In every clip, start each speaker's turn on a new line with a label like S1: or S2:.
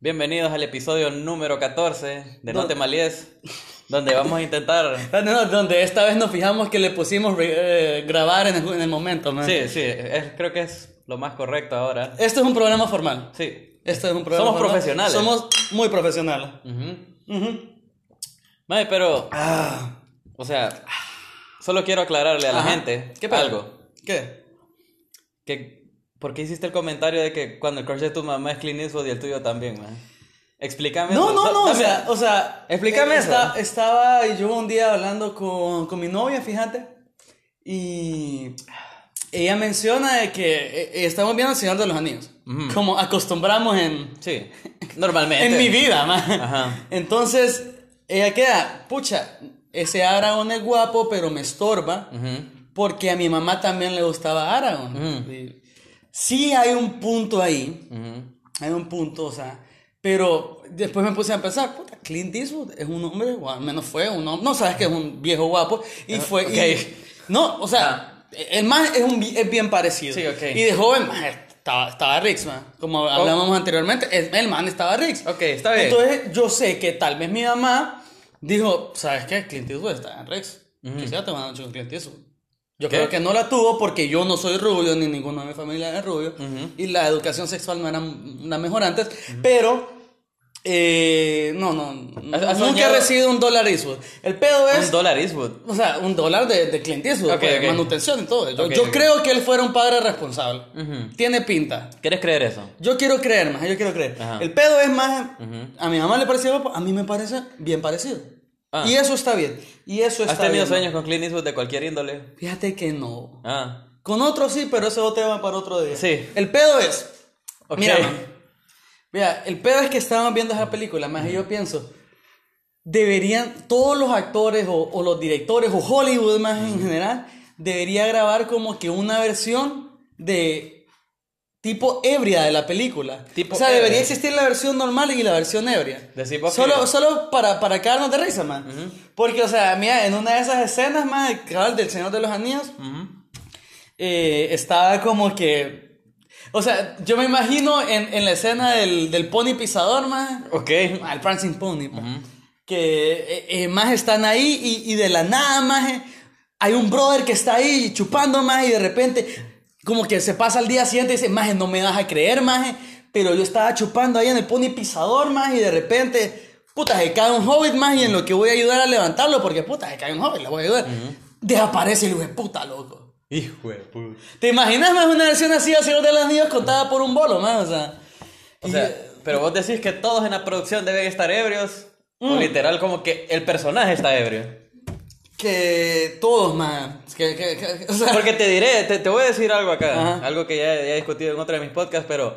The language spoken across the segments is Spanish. S1: Bienvenidos al episodio número 14 de No te malies, donde vamos a intentar...
S2: Ah, No, no, donde esta vez nos fijamos que le pusimos re- eh, grabar en el, en el momento, man.
S1: Sí, sí, es- creo que es lo más correcto ahora.
S2: Esto es un programa formal.
S1: Sí.
S2: Esto es un programa
S1: Somos
S2: formal.
S1: profesionales.
S2: Somos muy profesionales.
S1: Ujú.
S2: Ujú.
S1: Mae, pero,
S2: Ah.
S1: o sea, solo quiero aclararle a la
S2: Ajá.
S1: gente
S2: ¿Qué pedo?
S1: algo.
S2: ¿Qué?
S1: Que, ¿Por qué hiciste el comentario de que cuando el crush de tu mamá es Clint Eastwood y el tuyo también, man? Explícame
S2: No,
S1: eso.
S2: no,
S1: Da-
S2: no, o
S1: dame-
S2: sea, o sea...
S1: Explícame
S2: eh,
S1: eso.
S2: esta- Estaba yo un día hablando con, con mi novia, fíjate, y ella menciona de que eh, eh, estamos viendo El Señor de los Anillos,
S1: Ujú.
S2: como acostumbramos en,
S1: Sí, normalmente.
S2: en mi vida, man.
S1: Ajá.
S2: Entonces, ella queda, pucha, ese Aragorn es guapo, pero me estorba,
S1: Ujú.
S2: porque a mi mamá también le gustaba Aragorn.
S1: Ujú.
S2: Y Sí hay un punto ahí,
S1: Ujú.
S2: hay un punto, o sea, pero después me puse a pensar, puta, Clint Eastwood es un hombre, o al menos fue un hombre, no sabes que es un viejo guapo, y fue, y-
S1: Eh, ok. Ah.
S2: no, o sea, el man es, un, bi- es bien parecido.
S1: Sí, ok.
S2: Y de joven, man, estaba, estaba Rix, man, como hablábamos anteriormente, el, el man estaba Rix.
S1: Ok, está bien.
S2: Entonces, yo sé que tal vez mi mamá dijo, ¿sabes qué? Clint Eastwood está en Rex. Quizás te van a noche con Clint Eastwood. Yo
S1: ¿Qué?
S2: creo que no la tuvo porque yo no soy rubio, ni ninguno de mi familia es rubio. Y la educación sexual no era m- la mejor antes. Pero, eh, no, no. n-
S1: ¿Has- has
S2: nunca
S1: soñado?
S2: he recibido un dólar Eastwood. El pedo es...
S1: Un dólar Eastwood.
S2: O sea, un dólar de, de Clint Eastwood,
S1: Ok,
S2: pues,
S1: ok.
S2: manutención y todo. Yo,
S1: Ok,
S2: yo
S1: ok.
S2: creo que él fuera un padre responsable.
S1: Ujú.
S2: Tiene pinta.
S1: ¿Quieres creer eso?
S2: Yo quiero creer más, yo quiero creer.
S1: Ajá.
S2: El pedo es más.
S1: Ujú.
S2: A mi mamá le parecía guapo, a mí me parece bien parecido.
S1: Ah.
S2: Y eso está bien. Y eso está
S1: ¿Has tenido
S2: bien,
S1: sueños con Clint Eastwood de cualquier índole?
S2: ¿no? Fíjate que no.
S1: Ah.
S2: Con otro sí, pero eso es otro tema para otro día.
S1: Sí.
S2: El pedo es.
S1: Ok.
S2: Mira, man, mira, el pedo es que estábamos viendo esa película, más y yo pienso. Deberían, todos los actores o, o los directores o Hollywood más en general, debería grabar como que una versión de tipo ebria de la película.
S1: Tipo
S2: o sea, debería
S1: ebria.
S2: existir la versión normal y la versión ebria.
S1: Decís vos que-
S2: solo, solo para, para cagarnos de risa, man. Porque, o sea, mira, en una de esas escenas, más del Señor de los Anillos, eh, estaba como que. O sea, yo me imagino en, en la escena del, del pony pisador, más.
S1: Ok.
S2: Al prancing pony, pa. Que eh, eh, más están ahí y, y de la nada, más. eh, hay un brother que está ahí chupando, más. Y de repente, como que se pasa al día siguiente y dice, más, no me vas a creer, más. Pero yo estaba chupando ahí en el pony pisador, más. Y de repente, puta, se cae un hobbit, más. Y en lo que voy a ayudar a levantarlo, porque puta, se cae un hobbit, le voy a ayudar. Desaparece el hijo de puta, loco.
S1: Hijo de puta.
S2: ¿Te imaginas más una versión así al Señor de los Anillos contada por un bolo, más? O sea.
S1: O
S2: y-
S1: sea, pero vos decís que todos en la producción deben estar ebrios.
S2: Mm.
S1: O literal, como que el personaje está ebrio.
S2: que todos, man. Que, que- que- o sea,
S1: Porque te diré, te, te voy a decir algo acá.
S2: Ajá.
S1: Algo que ya, ya he discutido en otro de mis podcasts, pero.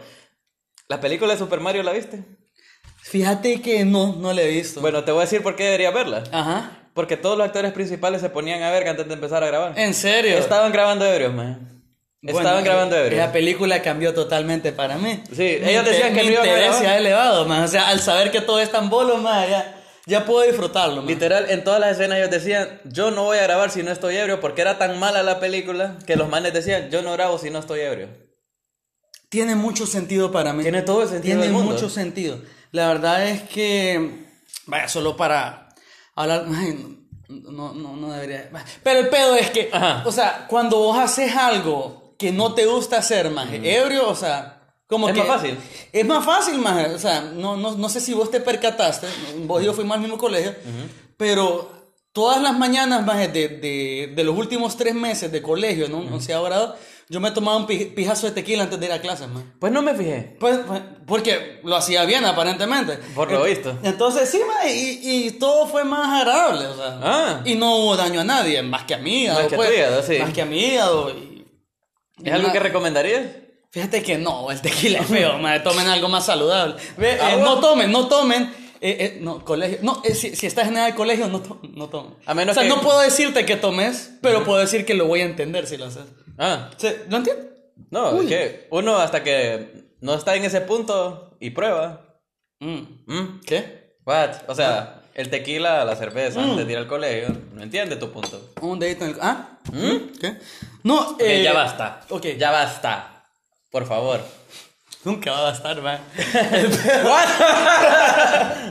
S1: ¿La película de Super Mario la viste?
S2: Fíjate que no, no le he visto.
S1: Bueno, te voy a decir por qué deberías verla.
S2: Ajá.
S1: Porque todos los actores principales se ponían a verga antes de empezar a grabar.
S2: En serio.
S1: Estaban grabando ebrios, man.
S2: Eh, Bueno, eh,
S1: Estaban grabando ebrios.
S2: La película cambió totalmente para mí.
S1: Sí, ellos decían que
S2: mi
S1: no iban a
S2: interés
S1: grabar.
S2: se ha elevado, man. O sea, al saber que todo es tan bolo, man, ya, ya puedo disfrutarlo, man.
S1: Literal, en todas las escenas ellos decían, yo no voy a grabar si no estoy ebrio, porque era tan mala la película que los manes decían, yo no grabo si no estoy ebrio.
S2: Tiene mucho sentido para mí.
S1: Tiene todo el sentido
S2: Tiene
S1: del mundo.
S2: mucho sentido. La verdad es que, vaya, solo para hablar, ay, no, no, no debería. Pero el pedo es que,
S1: Ajá.
S2: o sea, cuando vos haces algo que no te gusta hacer, más ebrio, o sea, como
S1: Es
S2: que-
S1: más fácil.
S2: Es más fácil, más, o sea, no, no, no sé si vos te percataste, vos y yo fuimos al mismo colegio, pero todas las mañanas, más de, de, de los últimos tres meses de colegio, ¿no? Onceavo grado, yo me tomaba un pi- pijazo de tequila antes de ir a clases, más.
S1: Pues no me fijé.
S2: Pues, pues, porque lo hacía bien, aparentemente.
S1: Por lo
S2: En-
S1: visto.
S2: Entonces, sí, ma, y, y todo fue más agradable. o sea.
S1: Ah.
S2: Y no hubo daño a nadie, más que a mi hígado.
S1: Más que a
S2: pues.
S1: tu hígado, sí.
S2: Más que a mi hígado. y- y
S1: ¿Es algo
S2: ma-
S1: que recomendarías?
S2: Fíjate que no, el tequila es feo, madre, tomen algo más saludable. Ve, eh,
S1: Ah, bueno.
S2: no tomen, no tomen. eh, eh, no, colegio. No, eh, si, si estás en edad de colegio, no, to- no tomen.
S1: A menos
S2: o sea,
S1: que-
S2: no puedo decirte que tomes, pero puedo decir que lo voy a entender si lo haces.
S1: Ah,
S2: O sea, ¿Lo entiendes?
S1: no,
S2: Uy.
S1: es que uno hasta que no está en ese punto y prueba.
S2: Mm.
S1: Mm,
S2: ¿Qué?
S1: What? O sea, el tequila, la cerveza, antes de ir al colegio, no entiende tu punto.
S2: Un dedito en el... ¿Ah? ¿Qué? No,
S1: Ok,
S2: eh,
S1: ya basta.
S2: Ok.
S1: Ya basta. Por favor.
S2: Nunca va a bastar, man.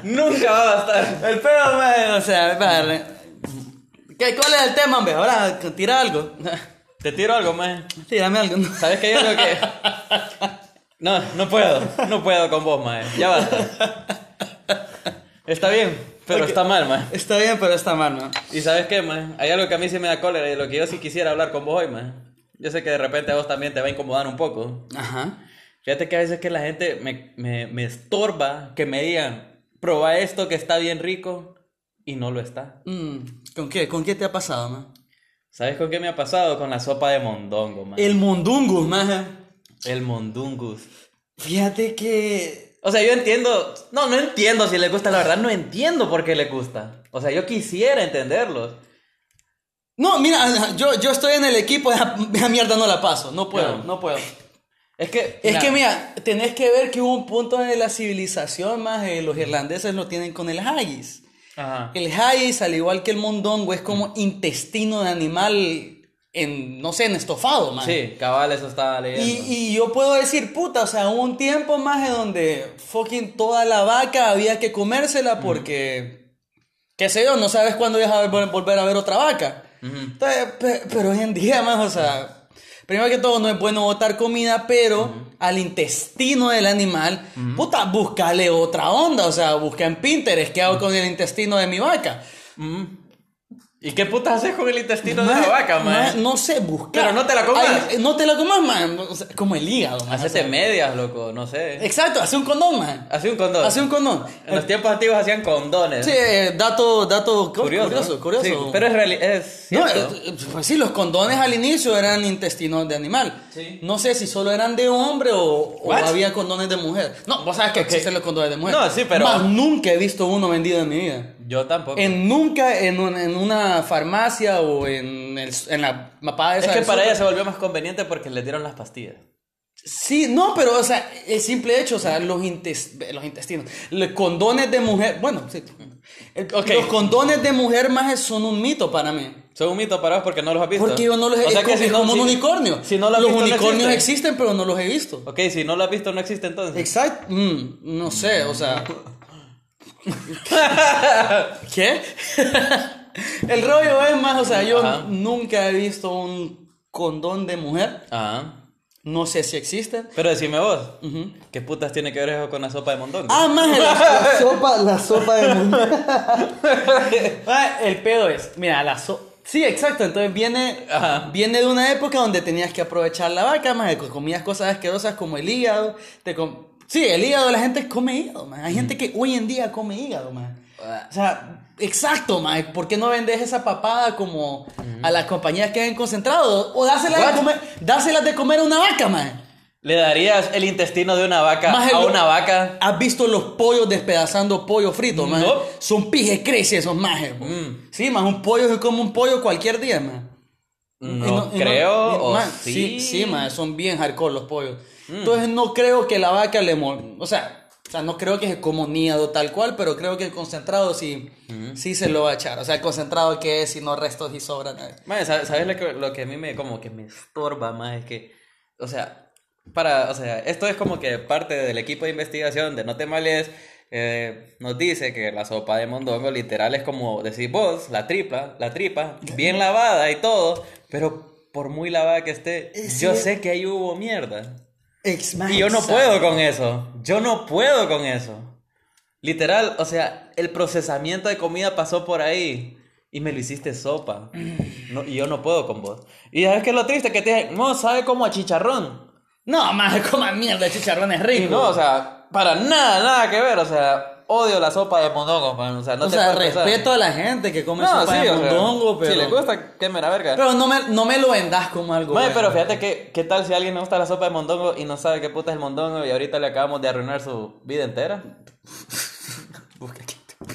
S1: Nunca va a bastar.
S2: El pedo, man, o sea, man. ¿Qué, ¿Cuál es el tema, hombre? Ahora, tira algo.
S1: Te tiro algo, man.
S2: Tírame algo.
S1: ¿Sabes qué? Yo creo que. No, no puedo. No puedo con vos, mae. Ya basta. Está bien, pero
S2: Ok.
S1: está mal, mae.
S2: Está bien, pero está mal, man.
S1: ¿Y sabes qué, mae? Hay algo que a mí sí me da cólera y lo que yo sí quisiera hablar con vos hoy, mae. Yo sé que de repente a vos también te va a incomodar un poco.
S2: Ajá.
S1: Fíjate que a veces que la gente me, me, me estorba que me digan, proba esto que está bien rico y no lo está.
S2: Mm, ¿Con qué? ¿Con qué te ha pasado, man?
S1: ¿Sabes con qué me ha pasado? Con la sopa de mondongo, mae.
S2: El mundungus, man.
S1: El mondungus.
S2: Fíjate que.
S1: O sea, yo entiendo. No, no entiendo si le gusta, la verdad, no entiendo por qué le gusta. O sea, yo quisiera entenderlos.
S2: No, mira, yo, yo estoy en el equipo, esa, esa mierda no la paso, no puedo,
S1: No.
S2: no puedo.
S1: Es que.
S2: Es que
S1: mira,
S2: mira, tenés que ver que hubo un punto de la civilización más, eh, los irlandeses lo tienen con el haggis.
S1: Ajá.
S2: El haggis, al igual que el mondongo, es como intestino de animal en, no sé, en estofado, más.
S1: Sí, cabal, eso estaba leyendo.
S2: Y, y yo puedo decir, puta, o sea, hubo un tiempo más en donde fucking toda la vaca había que comérsela porque, qué sé yo, no sabes cuándo vas a vol- volver a ver otra vaca. Entonces, pe- pero hoy en día, más, o sea, primero que todo no es bueno botar comida, pero al intestino del animal, puta, búscale otra onda, o sea, busca en Pinterest, ¿qué hago con el intestino de mi vaca?
S1: ¿Y qué putas haces con el intestino de
S2: Maje,
S1: la vaca,
S2: maje,
S1: man?
S2: No sé, busca.
S1: Pero no te la comas.
S2: Ay, no te la comas, man, o sea, como el hígado, man.
S1: Hacete medias, loco, no sé.
S2: Exacto, hace un condón, man.
S1: Hace un condón.
S2: Hace un condón.
S1: En los tiempos antiguos hacían condones.
S2: Sí, eh, dato, dato cu- curioso, curioso.
S1: ¿no? Sí, pero es reali- es
S2: No,
S1: cierto.
S2: eh, pues sí, los condones al inicio eran intestinos de animal.
S1: Sí.
S2: No sé si solo eran de hombre o, o
S1: What?
S2: había condones de mujer. No, vos sabes que existen los condones de mujer.
S1: No, sí, pero-
S2: Más nunca he visto uno vendido en mi vida.
S1: Yo tampoco.
S2: En nunca en, un- en una farmacia o en, el- en la mapada
S1: Es
S2: esa
S1: que
S2: del
S1: para
S2: sur.
S1: ella se volvió más conveniente porque le dieron las pastillas.
S2: Sí, no, pero, o sea, el simple hecho, o sea, los, intes- los intestinos, los condones de mujer, bueno, sí. El-
S1: Ok.
S2: Los condones de mujer más son un mito para mí.
S1: Son un mito para vos porque no los has visto.
S2: Porque yo no los he
S1: O sea que
S2: es
S1: si no-
S2: como un
S1: si-
S2: unicornio.
S1: Si no lo has
S2: los
S1: visto, no
S2: unicornios
S1: existe.
S2: existen, pero no los he visto.
S1: Ok, si no lo has visto, no existe entonces.
S2: Exacto. Mm, no sé, o sea. ¿Qué? el rollo es más, o sea, yo
S1: Ajá.
S2: nunca he visto un condón de mujer.
S1: Ah,
S2: No sé si existen.
S1: pero decime vos, ¿qué putas tiene que ver eso con la sopa de montón?
S2: Ah, más la, la sopa, la sopa de Ah, el pedo es, mira, la sopa. Sí, exacto. Entonces viene,
S1: Ajá.
S2: viene de una época donde tenías que aprovechar la vaca, más comías cosas asquerosas como el hígado. Te com- sí, el hígado, la gente come hígado, man. Hay gente que hoy en día come hígado, man.
S1: Ah.
S2: O sea, exacto, man. ¿Por qué no vendes esa papada como a las compañías que han concentrado? O dáselas de,
S1: What?
S2: comer, dáselas de comer a una vaca, man.
S1: ¿Le darías el intestino de una vaca
S2: Maje,
S1: a
S2: lo-
S1: una vaca?
S2: ¿Has visto los pollos despedazando pollo frito, man?
S1: No. Mm.
S2: Son pije crece esos majes, po. Sí, más un pollo se come un pollo cualquier día, man. Y
S1: No,
S2: no- y no-
S1: creo,
S2: y
S1: o
S2: man,
S1: sí. Mm.
S2: sí, man, son bien hardcore los pollos. Entonces no creo que la vaca le mol- o sea, o sea, no creo que se como un hígado tal cual, pero creo que el concentrado sí,
S1: Mm.
S2: sí se lo va a echar. O sea, el concentrado que es, si no restos y sobran. eh.
S1: Mae, ¿sabes, sabes lo, que, lo que a mí me, como que me estorba más? Es que, o sea, para, o sea, esto es como que parte del equipo de investigación de No te males, eh, nos dice que la sopa de mondongo literal es como decís vos, la tripa, la tripa, bien lavada y todo, pero por muy lavada que esté,
S2: Eh,
S1: yo
S2: sí.
S1: sé que ahí hubo mierda.
S2: Ex- man,
S1: Y yo no
S2: exacto.
S1: puedo con eso. Yo no puedo con eso. Literal, o sea, el procesamiento de comida pasó por ahí. Y me lo hiciste sopa. No, y yo no puedo con vos. Y sabes que lo triste que te dije, no, sabe como a chicharrón.
S2: No, más coma mierda, el chicharrón es rico.
S1: Y no, o sea, para nada, nada que ver. O sea, odio la sopa de mondongo, man. O sea, no
S2: o
S1: te
S2: sea,
S1: puedes pensar.
S2: respeto a la gente que come
S1: No,
S2: sopa
S1: sí,
S2: de
S1: o sea,
S2: mondongo, pero...
S1: Si le gusta, qué mera verga.
S2: Pero no me, no me lo vendas como algo
S1: Mae,
S2: bueno.
S1: pero fíjate que, ¿qué tal si a alguien le gusta la sopa de mondongo y no sabe qué puta es el mondongo y ahorita le acabamos de arruinar su vida entera? ok.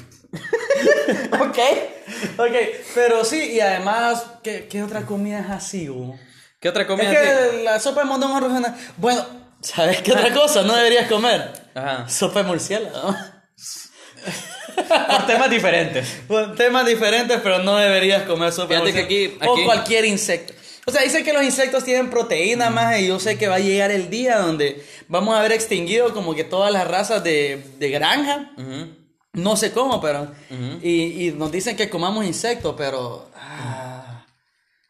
S2: Ok, pero sí, y además, ¿qué, qué otra comida es así, Hugo?
S1: ¿Qué otra
S2: Es
S1: comida así?
S2: que la sopa de mondongo rojana... Bueno, ¿sabes qué otra cosa no deberías comer?
S1: Ajá.
S2: Sopa de murciélago.
S1: Por temas diferentes.
S2: Bueno, temas diferentes, Pues, pero no deberías comer sopa de
S1: Fíjate que
S2: murciélago.
S1: aquí- aquí-
S2: O cualquier insecto. O sea, dice que los insectos tienen
S1: Mm.
S2: proteína, maje, y yo sé que va a llegar el día donde vamos a haber extinguido como que todas las razas de, de granja.
S1: Ujú.
S2: No sé cómo, pero...
S1: Ujú.
S2: y, y nos dicen que comamos insectos, pero... ah,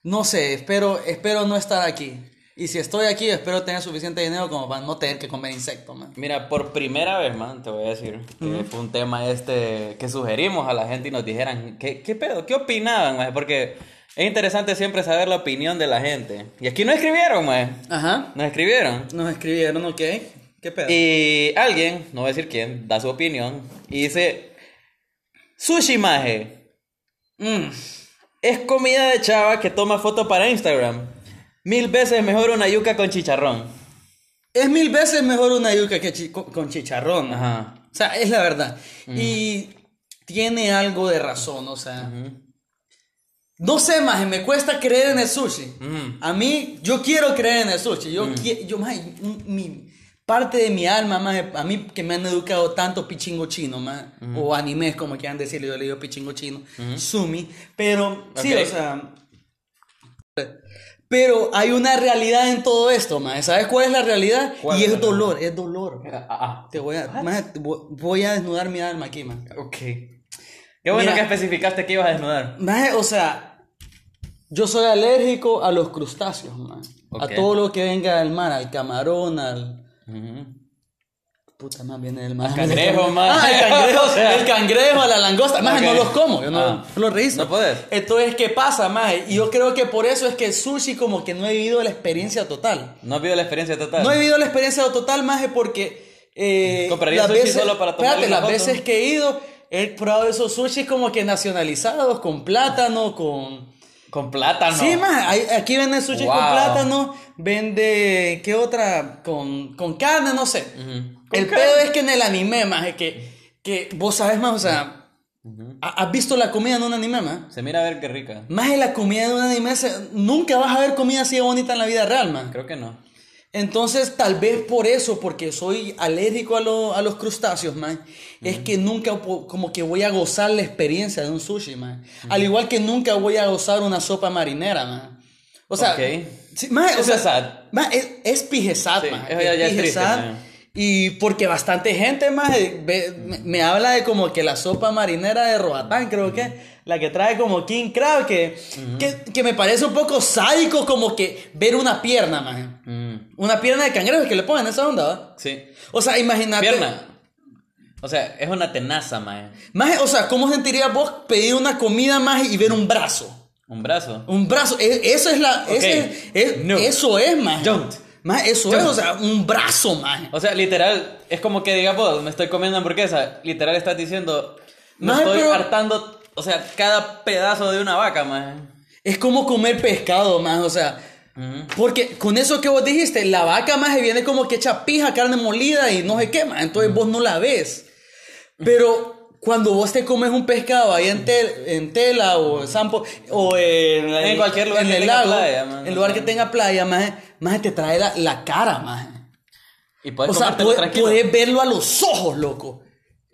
S2: no sé, espero, espero no estar aquí. Y si estoy aquí, espero tener suficiente dinero como para no tener que comer insectos, man.
S1: Mira, por primera vez, man, te voy a decir, que fue un tema este que sugerimos a la gente y nos dijeran, ¿qué, qué pedo? ¿Qué opinaban, maje? Porque es interesante siempre saber la opinión de la gente. Y aquí no escribieron, maje.
S2: Ajá.
S1: Nos escribieron.
S2: Nos escribieron, ok. ¿Qué pedo?
S1: Eh, Y alguien, no voy a decir quién, da su opinión y dice, sushi, maje.
S2: Mm.
S1: Es comida de chava que toma foto para Instagram. Mil veces mejor una yuca con chicharrón.
S2: Es mil veces mejor una yuca que chi- con- con chicharrón.
S1: Ajá.
S2: O sea, es la verdad. Y tiene algo de razón, o sea. No sé, más, me cuesta creer en el sushi.
S1: Mm.
S2: A mí, yo quiero creer en el sushi. Yo, qui- yo maje, un- mi, parte de mi alma, maje, a mí que me han educado tanto pichingo chino, maje, o animes, como quieran decirlo, yo le digo pichingo chino, sumi. Pero, sí,
S1: Ok.
S2: o sea. Pero hay una realidad en todo esto, maje. ¿Sabes cuál es la realidad?
S1: ¿Cuál
S2: y
S1: es
S2: es,
S1: la
S2: dolor, es dolor.
S1: Ah, ah,
S2: Te voy a, maje, te vo- voy a desnudar mi alma aquí, man.
S1: ah. Ok. Qué bueno
S2: Mira.
S1: que especificaste que ibas a desnudar.
S2: Maje, o sea, yo soy alérgico a los crustáceos, man.
S1: Ok.
S2: A todo lo que venga del mar, al camarón, al.
S1: Ujú.
S2: Puta, más viene del mar.
S1: cangrejo, man.
S2: Ah, el cangrejo,
S1: O sea.
S2: el cangrejo, a la langosta. Maje,
S1: Ok.
S2: no los como, yo no,
S1: Ah.
S2: no los rehizo.
S1: No podés.
S2: Entonces, ¿qué pasa, maje? Y yo creo que por eso es que el sushi, como que no he vivido la experiencia total.
S1: No has vivido la experiencia total.
S2: No he vivido la experiencia total, maje, porque. Eh,
S1: Compraría
S2: las
S1: sushi solo para tomarle
S2: espérate,
S1: una
S2: las
S1: foto.
S2: veces que he ido, he probado esos sushis como que nacionalizados, con plátano, con.
S1: Con plátano.
S2: Sí, más, aquí venden sushi con
S1: Ah, Wow.
S2: plátano, vende, ¿qué otra? Con, con carne, no sé.
S1: Ujú.
S2: El pedo es que en el anime, más, es que, que vos sabes más, o sea, ha- ¿has visto la comida en un anime, más?
S1: Se mira a ver qué rica.
S2: Más en la comida de un anime, se- nunca vas a ver comida así de bonita en la vida real, más.
S1: Creo que no.
S2: Entonces, tal vez por eso, porque soy alérgico a, lo- a los crustáceos, man, es que nunca po- como que voy a gozar la experiencia de un sushi, man. Al igual que nunca voy a gozar una sopa marinera, man. O sea,
S1: Ok.
S2: sí, man, o
S1: Eso
S2: sea,
S1: es sad.
S2: man, es, es pijesad,
S1: Sí,
S2: man,
S1: eso ya- ya es
S2: pije
S1: triste,
S2: sad.
S1: man.
S2: Y porque bastante gente más me, me habla de como que la sopa marinera de Roatán, creo que, la que trae como King Crab, que, que, que me parece un poco sádico como que ver una pierna, más.
S1: Mm,
S2: Una pierna de cangrejo que le pongan esa onda, ¿va?
S1: Sí.
S2: O sea, imagínate.
S1: Pierna. O sea, es una tenaza, eh. mae.
S2: Maje, o sea, ¿cómo sentirías vos pedir una comida más y ver un brazo?
S1: Un brazo.
S2: Un brazo. e- eso es la. ese- es-
S1: No.
S2: Eso es, más.
S1: Don't.
S2: eso es, o sea, un brazo, más.
S1: O sea, literal, es como que digas vos, me estoy comiendo hamburguesa. Literal estás diciendo, me
S2: Mae,
S1: estoy
S2: pero-
S1: hartando, o sea, cada pedazo de una vaca, eh". mae.
S2: Es como comer pescado, más, o sea. Porque con eso que vos dijiste, la vaca más viene como que hecha pija, carne molida y no sé qué, más. Entonces vos no la ves. Pero cuando vos te comes un pescado ahí en, tel- en tela o en sampo o en,
S1: En cualquier lugar
S2: en
S1: que
S2: el
S1: tenga
S2: lago,
S1: playa, man.
S2: en lugar que tenga playa, más, más te trae la, la cara, más.
S1: Y puedes
S2: O sea,
S1: comértelo
S2: puede-
S1: tranquilo.
S2: puedes verlo a los ojos, loco.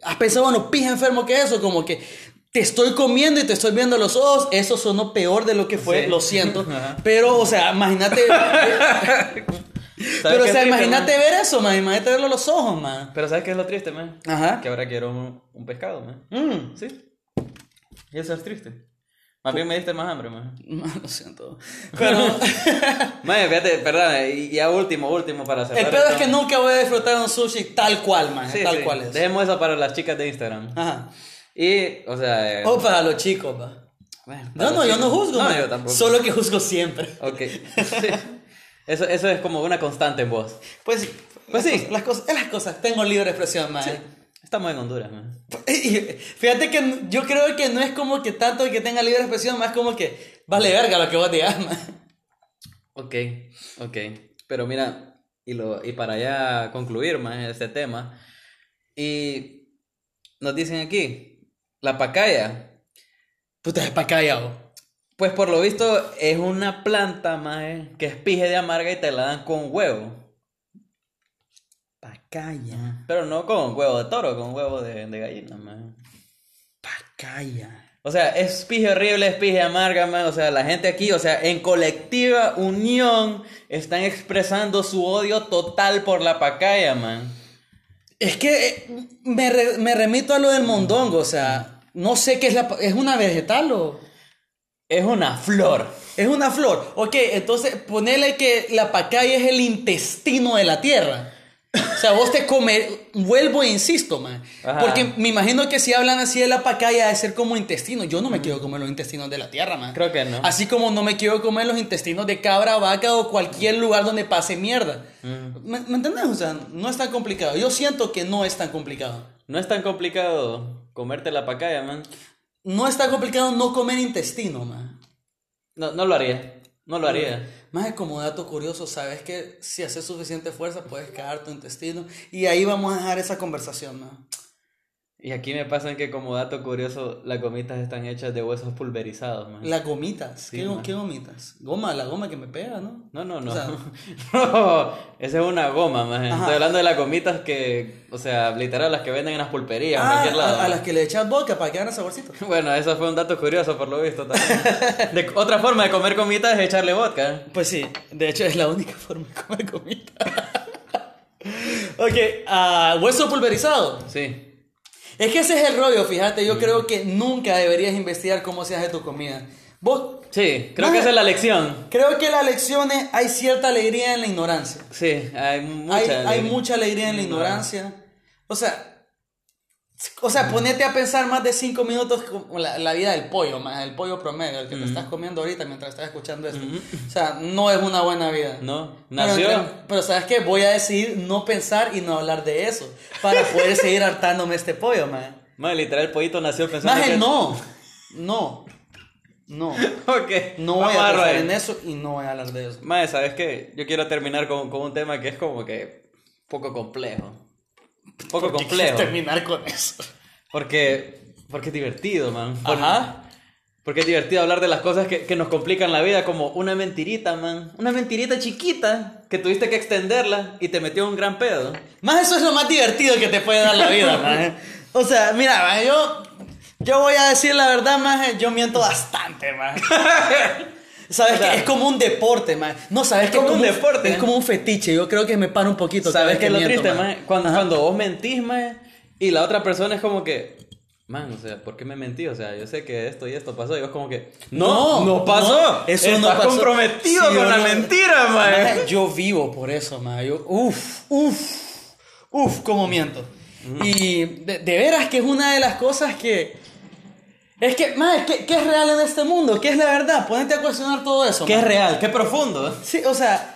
S2: Has pensado en lo pija enfermo que es eso, como que te estoy comiendo y te estoy viendo a los ojos. Eso sonó peor de lo que fue,
S1: Sí.
S2: lo siento.
S1: Ajá.
S2: Pero, o sea, imagínate.
S1: ¿Sabes
S2: pero, o
S1: qué es
S2: sea,
S1: triste,
S2: imagínate
S1: mae?
S2: ver eso, man. Imagínate verlo a los ojos, man.
S1: Pero ¿sabes qué es lo triste, man?
S2: Ajá.
S1: Que ahora quiero un, un pescado, man.
S2: Mm.
S1: Sí. Y eso es triste. Más bien me diste más hambre, man.
S2: Lo siento. Pero.
S1: Man, fíjate, perdón, eh, y ya último, último para cerrar.
S2: El pedo es
S1: esto.
S2: que nunca voy a disfrutar de un sushi tal cual, man.
S1: Sí,
S2: tal
S1: sí.
S2: cual es.
S1: Dejemos eso para las chicas de Instagram.
S2: Ajá.
S1: Y, o sea... eh,
S2: O para los chicos, va.
S1: bueno, para
S2: Oh. No, no,
S1: las
S2: yo no
S1: chicas.
S2: juzgo.
S1: No,
S2: man.
S1: yo tampoco.
S2: Solo que juzgo siempre.
S1: Ok. Sí. Eso, eso es como una constante en vos.
S2: Pues sí.
S1: Pues
S2: Pues
S1: sí.
S2: sí. Las cosas, es las cosas. Tengo libre expresión, man.
S1: Estamos en Honduras, man.
S2: Y Fíjate que n- yo creo que no es como que tanto que tenga libre expresión, más como que vale verga lo que vos digas, man.
S1: Ok, ok. Pero mira, y, lo, y para ya concluir, man, este tema. Y nos dicen aquí, la pacaya.
S2: Puta, es pa' callado.
S1: Pues por lo visto es una planta, mae, que es pije de amarga y te la dan con huevo.
S2: Pacaya.
S1: Pero no con huevo de toro, con huevo de, de gallina, mae.
S2: Pacaya.
S1: O sea, es pije horrible, es pije amarga, man. O sea, la gente aquí, o sea, en colectiva unión están expresando su odio total por la pacaya, man.
S2: Es que eh, me, re- me remito a lo del mondongo, o sea, no sé qué es la... pa- ¿Es una vegetal o...?
S1: Es una flor.
S2: Es una flor. Ok, entonces ponele que la pacaya es el intestino de la tierra. O sea, vos te comes, vuelvo e insisto, man.
S1: Ajá.
S2: Porque me imagino que si hablan así de la pacaya de ser como intestino, yo no me quiero comer los intestinos de la tierra, man.
S1: Creo que no.
S2: Así como no me quiero comer los intestinos de cabra, vaca o cualquier lugar donde pase mierda.
S1: Mm.
S2: ¿Me, me entendés? O sea, no es tan complicado. Yo siento que no es tan complicado.
S1: No es tan complicado comerte la pacaya, man.
S2: No es tan complicado no comer intestino, man.
S1: No, no lo haría. No lo haría.
S2: Más como dato curioso, sabes que si haces suficiente fuerza puedes cagar tu intestino y ahí vamos a dejar esa conversación, ¿no?
S1: Y aquí me pasan que como dato curioso, las gomitas están hechas de huesos pulverizados, man.
S2: Las gomitas, ¿qué,
S1: man.
S2: ¿qué gomitas? Goma, la goma que me pega, ¿no?
S1: No, no, no.
S2: O sea-
S1: no, esa es una goma, man.
S2: Ajá.
S1: Estoy hablando de las gomitas que, o sea, literal, las que venden en las pulperías, en
S2: Ah,
S1: cualquier lado.
S2: a, a las que le echas boca para que hagan saborcito.
S1: Bueno, eso fue un dato curioso, por lo visto también. De- otra forma de comer gomitas es echarle vodka.
S2: Pues sí, de hecho es la única forma de comer gomita. ok, ah, hueso pulverizado.
S1: Sí.
S2: Es que ese es el rollo, fíjate,
S1: Mm.
S2: yo creo que nunca deberías investigar cómo se hace tu comida. Vos,
S1: Sí, creo
S2: Maje.
S1: que esa es la lección.
S2: creo que las lecciones hay cierta alegría en la ignorancia.
S1: Sí, hay mucha.
S2: hay, hay
S1: alegría.
S2: mucha alegría en la ignorancia. O sea, o sea, ponete a pensar más de cinco minutos como la, la vida del pollo, más el pollo promedio, el que te estás comiendo ahorita mientras estás escuchando esto. O sea, no es una buena vida.
S1: No,
S2: Pero
S1: nació.
S2: creo- Pero, sabes qué, voy a decidir no pensar y no hablar de eso para poder seguir hartándome este pollo, man.
S1: Maje, literal, el pollito nació pensando.
S2: Maje,
S1: que-
S2: no, no, no,
S1: Ok,
S2: no
S1: vamos
S2: voy a
S1: Roer.
S2: pensar en eso y no voy a hablar de eso.
S1: Mae, ¿sabes qué? Yo quiero terminar con, con un tema que es como que poco complejo. Poco
S2: ¿Por qué
S1: complejo.
S2: quieres terminar con eso.
S1: Porque, porque es divertido, man. Por-
S2: Ajá.
S1: Porque es divertido hablar de las cosas que, que nos complican la vida, como una mentirita, man. Una mentirita chiquita que tuviste que extenderla y te metió un gran pedo.
S2: Más eso es lo más divertido que te puede dar la vida, maje. O sea, mira, maje, yo, yo voy a decir la verdad, maje, yo miento bastante, maje. Sabes
S1: O sea,
S2: que es como un deporte, maje. No, sabes que
S1: como un deporte.
S2: Es como un fetiche. Yo creo que me paro un poquito. cada
S1: ¿Sabes
S2: vez
S1: qué es lo
S2: miento,
S1: triste,
S2: maje.
S1: man? Cuando, cuando vos mentís, man, y la otra persona es como que, man, o sea, ¿por qué me mentí? O sea, yo sé que esto y esto pasó, y vos como que, no, no,
S2: No,
S1: pasó.
S2: no, eso no
S1: Estás
S2: pasó.
S1: comprometido
S2: Sí,
S1: con
S2: yo
S1: la
S2: no-
S1: mentira, man.
S2: Maje, Yo vivo por eso, maje. Yo, uf, uf, uf, como miento.
S1: Mm.
S2: Y de, de veras que es una de las cosas que. Es que, maje, ¿qué, qué es real en este mundo? ¿Qué es la verdad? Ponete a cuestionar todo eso.
S1: Qué
S2: maje.
S1: real, qué profundo.
S2: Sí, o sea,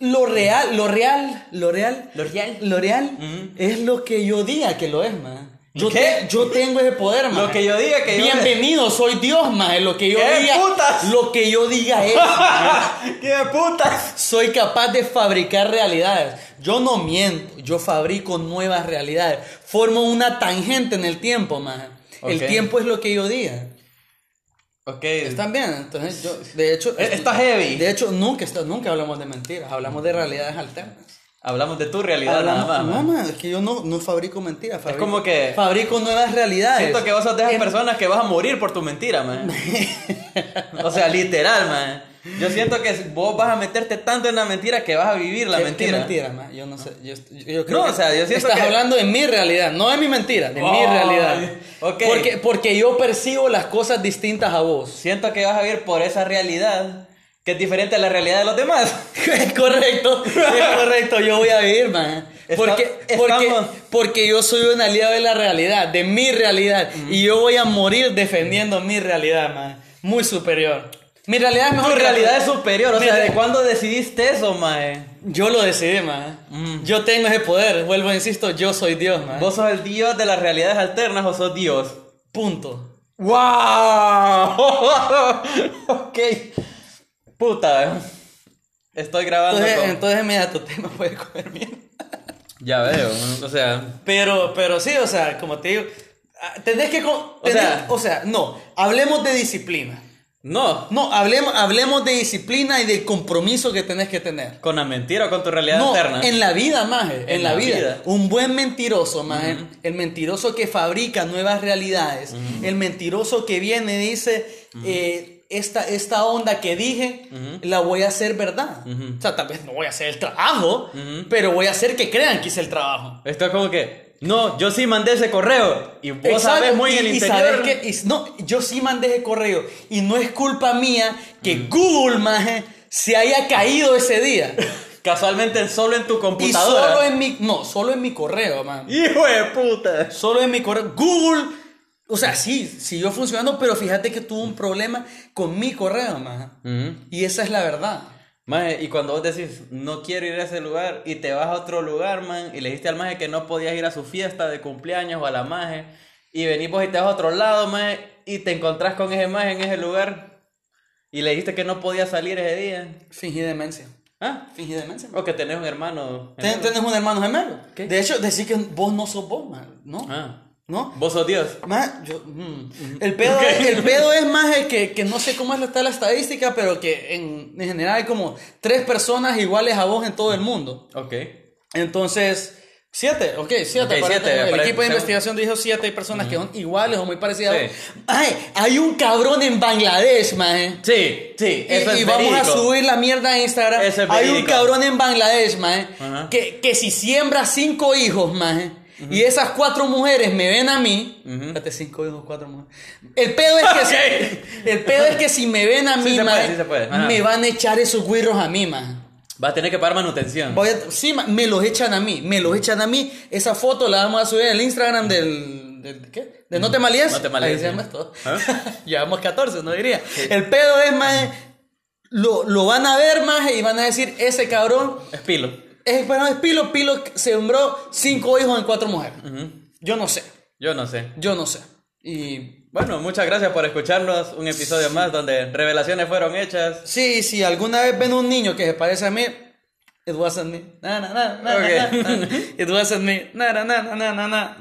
S2: lo real, lo real, lo real,
S1: Lo real. Mm.
S2: lo real es lo que yo diga que lo es, man. Yo,
S1: ¿Qué?
S2: te- yo tengo ese poder, man.
S1: Lo que yo diga que yo-
S2: Bienvenido, soy Dios, man. Lo que yo
S1: ¿Qué
S2: diga.
S1: putas?
S2: Lo que yo diga es. man.
S1: ¡Qué putas!
S2: Soy capaz de fabricar realidades. Yo no miento, yo fabrico nuevas realidades. Formo una tangente en el tiempo, man.
S1: Ok.
S2: El tiempo es lo que yo diga.
S1: Ok,
S2: Están bien, entonces yo, de hecho,
S1: Eh, está heavy.
S2: De hecho, nunca, está- nunca hablamos de mentiras, hablamos de realidades alternas.
S1: hablamos de tu realidad
S2: Hablamos-
S1: nada más.
S2: no,
S1: man.
S2: man, es que yo no, no fabrico mentiras, fabrico,
S1: como que-
S2: fabrico nuevas realidades.
S1: Siento que vos sos de esas
S2: En-
S1: personas que vas a morir por tu mentira, man. o sea, literal, man. Yo siento que vos vas a meterte tanto en la mentira que vas a vivir la
S2: ¿Qué- qué
S1: mentira.
S2: mentira, man? Yo no sé, yo, yo- yo creo
S1: No,
S2: que
S1: o sea, yo siento
S2: estás
S1: que-
S2: hablando de mi realidad, no de mi mentira, de mi
S1: Oh,
S2: realidad.
S1: ok.
S2: Porque, porque yo percibo las cosas distintas a vos.
S1: Siento que vas a vivir por esa realidad que es diferente a la realidad de los demás.
S2: Es correcto, es correcto, yo voy a vivir, man.
S1: Está-
S2: Porque, porque,
S1: estamos-
S2: porque yo soy un aliado de la realidad, de mi realidad.
S1: Mm.
S2: Y yo voy a morir defendiendo mi realidad, man. Muy superior. Mi realidad
S1: Tu
S2: es mejor. que la
S1: realidad
S2: tuya.
S1: es superior. O
S2: Mi
S1: sea,
S2: re-
S1: ¿de cuándo decidiste eso, man?
S2: Yo lo decidí, man. Yo tengo ese poder. Vuelvo, e insisto, yo soy Dios, man.
S1: Mm. ¿Vos sos el dios de las realidades alternas o sos Dios?
S2: Punto.
S1: ¡Wow! ok. Puta. Estoy grabando.
S2: Entonces,
S1: con-
S2: entonces mira, tu tema puede comer bien.
S1: Ya veo. O sea.
S2: Pero, pero sí, o sea, como te digo, ah, tenés que... co-
S1: O sea-
S2: tenés- o sea, no, hablemos de disciplina.
S1: No.
S2: No, hablemos, hablemos de disciplina y del compromiso que tenés que tener.
S1: Con la mentira o con tu realidad
S2: no,
S1: alterna.
S2: en la vida, maje, en,
S1: En
S2: la,
S1: la
S2: vida.
S1: vida.
S2: Un buen mentiroso, maje, el mentiroso que fabrica nuevas realidades, el mentiroso que viene y dice, eh, esta, esta onda que dije, la voy a hacer verdad. O sea, tal vez no voy a hacer el trabajo, pero voy a hacer que crean que hice el trabajo.
S1: Esto es como que, no, yo sí mandé ese correo. Y vos
S2: Exacto,
S1: sabés muy en el
S2: y- y
S1: interior.
S2: sabes que- y- no, yo sí mandé ese correo. Y no es culpa mía que
S1: Mm.
S2: Google, maje, se haya caído ese día.
S1: Casualmente solo en tu
S2: Y solo
S1: computadora.
S2: en mi. No, solo en mi correo, man.
S1: ¡Hijo de puta!
S2: Solo en mi correo. Google. O sea, sí, siguió funcionando, pero fíjate que tuvo un problema con mi correo, man.
S1: Ujú.
S2: Y esa es la verdad.
S1: Maje, y cuando vos decís, no quiero ir a ese lugar, y te vas a otro lugar, man, y le dijiste al maje que no podías ir a su fiesta de cumpleaños o a la maje, y venís vos y te vas a otro lado, maje, y te encontrás con ese maje en ese lugar, y le dijiste que no podías salir ese día.
S2: Fingí demencia.
S1: ¿Ah?
S2: Fingí demencia. man.
S1: O que tenés un hermano.
S2: Ten- Tenés un hermano gemelo.
S1: ¿Qué?
S2: De hecho, decir que vos no sos vos, man. No.
S1: Ah,
S2: No.
S1: vos sos Dios.
S2: Ma, yo- mm. el, pedo es, el pedo es más el que, que no sé cómo está la estadística, pero que en, en general hay como tres personas iguales a vos en todo el mundo.
S1: Ok.
S2: Entonces, siete, ok,
S1: Ok,
S2: siete. aparentemente.
S1: siete,
S2: el
S1: aparente-
S2: equipo de
S1: según-
S2: investigación dijo siete hay personas que son iguales o muy parecidas. a vos.
S1: Sí.
S2: Ay, hay un cabrón en Bangladesh, eh. maje.
S1: Sí, sí,
S2: Y,
S1: eso es
S2: y vamos a
S1: verídico.
S2: subir la mierda a Instagram.
S1: Eso es
S2: Hay un
S1: verídico.
S2: cabrón en Bangladesh, maje,
S1: Ajá.
S2: que, que si siembra cinco hijos, maje, y esas cuatro mujeres me ven a mí. Espérate, cinco hijos, cuatro mujeres. El pedo es que, el pedo es que si me ven a mí,
S1: se puede,
S2: maje,
S1: sí se puede. Ajá.
S2: me van a echar esos guirros a mí, maje.
S1: Vas a tener que pagar manutención.
S2: Voy a- sí, ma- me los echan a mí, me los echan a mí. Esa foto la vamos a subir en el Instagram del... del- ¿Qué? ¿De No te malíes?
S1: Mm. No te malíes,
S2: Ahí se
S1: sí.
S2: llama esto.
S1: ¿Ah?
S2: Llevamos 14, no diría. El pedo es, más lo, lo van a ver, más y van a decir, ese cabrón
S1: Es pilo.
S2: es, bueno, es Pilo, Pilo sembró cinco hijos en cuatro mujeres.
S1: Ujú.
S2: Yo no sé,
S1: Yo no sé.
S2: yo no sé. Y...
S1: Bueno, muchas gracias por escucharnos. Un episodio más donde revelaciones fueron hechas.
S2: Sí, si alguna vez ven un niño que se parece a mí, it wasn't me. Na, na, na, na, na,
S1: Ok.
S2: na, na. It wasn't me. Na, na, na, na, na, na.